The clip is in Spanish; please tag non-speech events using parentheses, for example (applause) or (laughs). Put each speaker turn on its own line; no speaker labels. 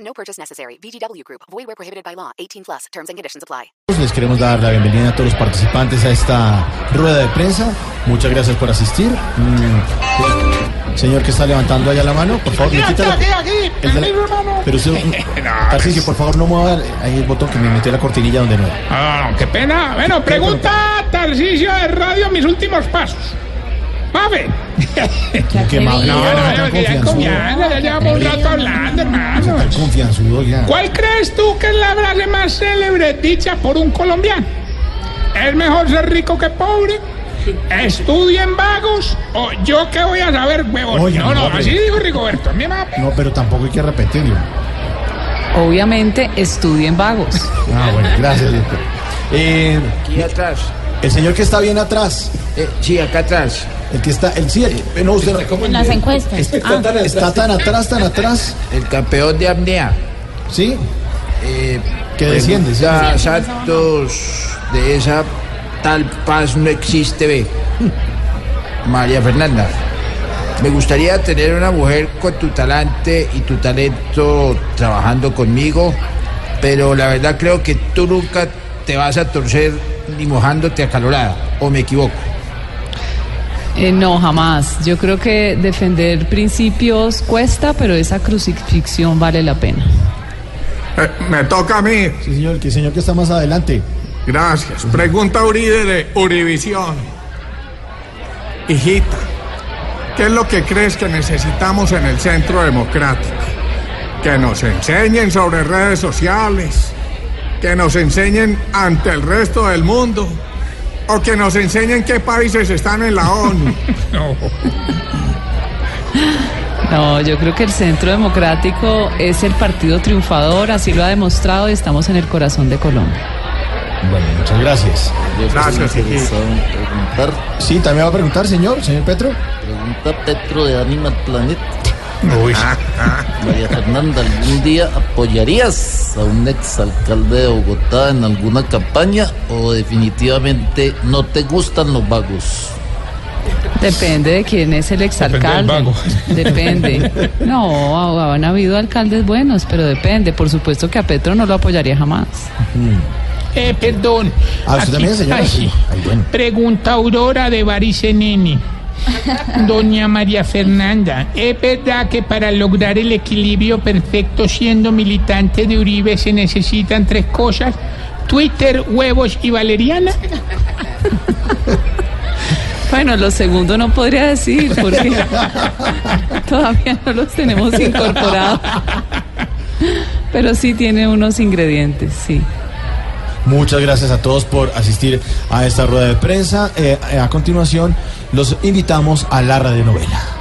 No purchase necessary. VGW Group. Void where prohibited by law. 18 plus. Terms and conditions apply.
Pues Les queremos dar la bienvenida a todos los participantes a esta rueda de prensa. Muchas gracias por asistir. Mm. Señor que está levantando allá la mano, por favor, me quita la... el de la- Pero usted, mm,
(laughs)
Tarcisio, por favor, no mueva el- ahí el botón que me metió la cortinilla donde no. era.
Ah, qué pena. Bueno, pregunta Tarcisio de Radio Mis Últimos Pasos. Pafe.
Como que amable,
No, no,
tan
no, que ya
confianzudo.
confianza, ya llevamos un rato hablando, hermano.
Tan confianzudo ya.
¿Cuál crees tú que es la frase más célebre dicha por un colombiano? ¿Es mejor ser rico que pobre? ¿Estudien vagos? ¿O yo qué voy a saber, huevón?
Oye,
no, no,
hombre.
así dijo Rigoberto. A mí me va a pe-
No, pero tampoco hay que repetirlo.
Obviamente estudien vagos.
Ah, bueno, gracias, director. Eh,
Aquí atrás.
el señor que está bien atrás,
Eh, sí, acá atrás.
el que está, el sí, el- no, usted
En las encuestas. Ah,
está tan atrás, tan atrás,
El campeón de apnea.
¿sí?
Eh,
Que desciende, sí.
pregunta Santos de esa tal paz no existe, ve. (laughs) María Fernanda. Me gustaría tener una mujer con tu talante y tu talento trabajando conmigo, pero la verdad creo que tú nunca te vas a torcer ni mojándote acalorada, o me equivoco.
Eh, no, jamás. Yo creo que defender principios cuesta, pero esa crucifixión vale la pena.
Eh, me toca a mí.
Sí, señor, que el señor que está más adelante.
Gracias. Pregunta Uribe de Urivisión. Hijita, ¿qué es lo que crees que necesitamos en el Centro Democrático? Que nos enseñen sobre redes sociales, que nos enseñen ante el resto del mundo, o que nos enseñen qué países están en la ONU.
No, yo creo que el Centro Democrático es el partido triunfador, así lo ha demostrado y estamos en el corazón de Colombia.
Bueno, muchas gracias.
Gracias, hijita.
Preguntar,
Sí, también va a preguntar, señor, señor Petro.
pregunta Petro de Animal Planet. Ah, María Fernanda, ¿algún día apoyarías a un exalcalde de Bogotá en alguna campaña o definitivamente no te gustan los vagos?
Depende de quién es el exalcalde. Depende. No, han habido alcaldes buenos, pero depende. Por supuesto que a Petro no lo apoyaría jamás.
Eh, perdón.
Ah, usted
Aquí-
también, señor.
Ay, sí.
Ay, bueno.
Pregunta Aurora de Barice Nene. Doña María Fernanda, ¿es verdad que para lograr el equilibrio perfecto siendo militante de Uribe se necesitan tres cosas? Twitter, huevos y valeriana.
Bueno, lo segundo no podría decir porque todavía no los tenemos incorporados. Pero sí tiene unos ingredientes, sí.
Muchas gracias a todos por asistir a esta rueda de prensa. Eh, eh, a continuación, los invitamos a la radionovela.